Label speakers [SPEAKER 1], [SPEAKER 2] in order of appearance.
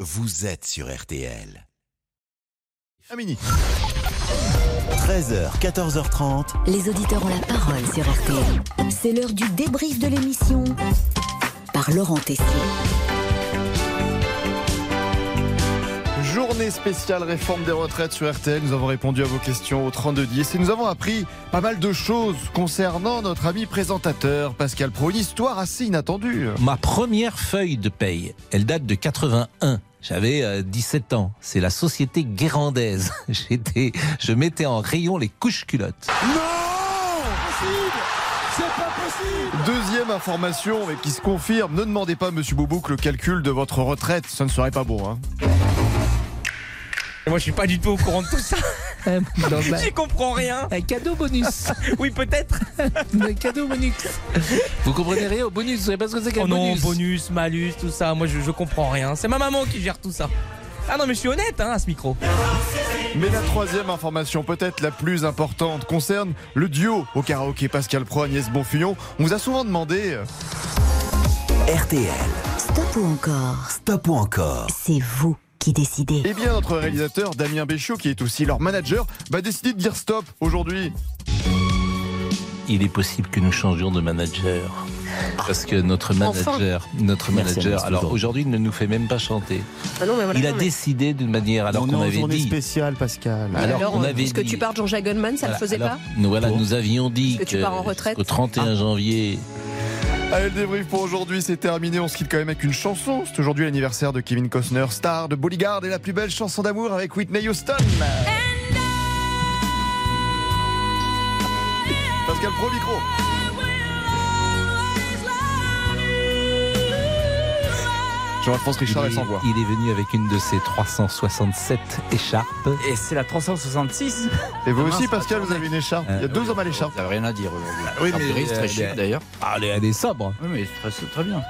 [SPEAKER 1] vous êtes sur RTL. Amini. 13h, 14h30.
[SPEAKER 2] Les auditeurs ont la parole sur RTL. C'est l'heure du débrief de l'émission par Laurent Tessier.
[SPEAKER 3] Journée spéciale réforme des retraites sur RTL. Nous avons répondu à vos questions au 3210 et nous avons appris pas mal de choses concernant notre ami présentateur Pascal Pro. Une histoire assez inattendue.
[SPEAKER 4] Ma première feuille de paye, elle date de 81. J'avais euh, 17 ans. C'est la société guérandaise. J'étais, je mettais en rayon les couches culottes.
[SPEAKER 3] Deuxième information mais qui se confirme. Ne demandez pas Monsieur Boubouk le calcul de votre retraite. Ça ne serait pas bon. Hein.
[SPEAKER 5] Moi, je suis pas du tout au courant de tout ça. J'y comprends rien.
[SPEAKER 6] Un cadeau bonus.
[SPEAKER 5] Oui, peut-être.
[SPEAKER 6] Un cadeau bonus. Vous comprenez rien au bonus. Vous savez pas ce que c'est qu'un
[SPEAKER 5] Oh non,
[SPEAKER 6] bonus.
[SPEAKER 5] bonus, malus, tout ça. Moi, je, je comprends rien. C'est ma maman qui gère tout ça. Ah non, mais je suis honnête hein, à ce micro.
[SPEAKER 3] Mais la troisième information, peut-être la plus importante, concerne le duo au karaoké Pascal Pro Agnès Bonfillon. On vous a souvent demandé. euh,
[SPEAKER 1] RTL,
[SPEAKER 2] Stop ou encore
[SPEAKER 1] stop ou encore
[SPEAKER 2] C'est vous qui décidez.
[SPEAKER 3] Eh bien, notre réalisateur Damien Béchiot, qui est aussi leur manager, va décider de dire stop aujourd'hui.
[SPEAKER 4] Il est possible que nous changions de manager. Parce que notre manager, notre
[SPEAKER 7] Merci,
[SPEAKER 4] manager,
[SPEAKER 7] Ernest,
[SPEAKER 4] alors
[SPEAKER 7] toujours.
[SPEAKER 4] aujourd'hui, il ne nous fait même pas chanter.
[SPEAKER 8] Ah
[SPEAKER 4] Il a décidé d'une manière, alors
[SPEAKER 7] On est
[SPEAKER 4] qu'on
[SPEAKER 7] en
[SPEAKER 4] avait
[SPEAKER 7] journée
[SPEAKER 4] dit.
[SPEAKER 7] spéciale, Pascal.
[SPEAKER 4] Alors,
[SPEAKER 8] Alors,
[SPEAKER 4] on
[SPEAKER 8] euh,
[SPEAKER 4] avait
[SPEAKER 8] est-ce que
[SPEAKER 4] dit-
[SPEAKER 8] tu pars de Jean-Jacques Goldman, ça
[SPEAKER 4] Voilà,
[SPEAKER 8] le faisait
[SPEAKER 4] alors,
[SPEAKER 8] pas
[SPEAKER 4] nous, voilà,
[SPEAKER 7] Pour.
[SPEAKER 4] nous avions dit
[SPEAKER 8] Parce que tu pars en retraite. Ah.
[SPEAKER 4] au 31 janvier,
[SPEAKER 3] Allez, le débrief pour aujourd'hui, c'est terminé. On se quitte quand même avec une chanson. C'est aujourd'hui l'anniversaire de Kevin Costner, star de Bodyguard et la plus belle chanson d'amour avec Whitney Houston. Pascal Pro Micro. Jean-Alphonse
[SPEAKER 4] il
[SPEAKER 3] Richard,
[SPEAKER 4] est,
[SPEAKER 3] elle s'envoie.
[SPEAKER 4] il est venu avec une de ses 367 écharpes.
[SPEAKER 5] Et c'est la 366.
[SPEAKER 3] Et vous aussi, Pascal, vous avez une écharpe. Il y a deux hommes à l'écharpe.
[SPEAKER 9] Vous n'avez rien à dire aujourd'hui.
[SPEAKER 4] Ah oui,
[SPEAKER 9] Charles
[SPEAKER 4] mais,
[SPEAKER 9] Pérez,
[SPEAKER 4] euh,
[SPEAKER 9] très chic
[SPEAKER 4] mais-
[SPEAKER 9] d'ailleurs.
[SPEAKER 4] Ah, elle est- elle est sobre.
[SPEAKER 9] Oui, mais c'est très, c'est très bien.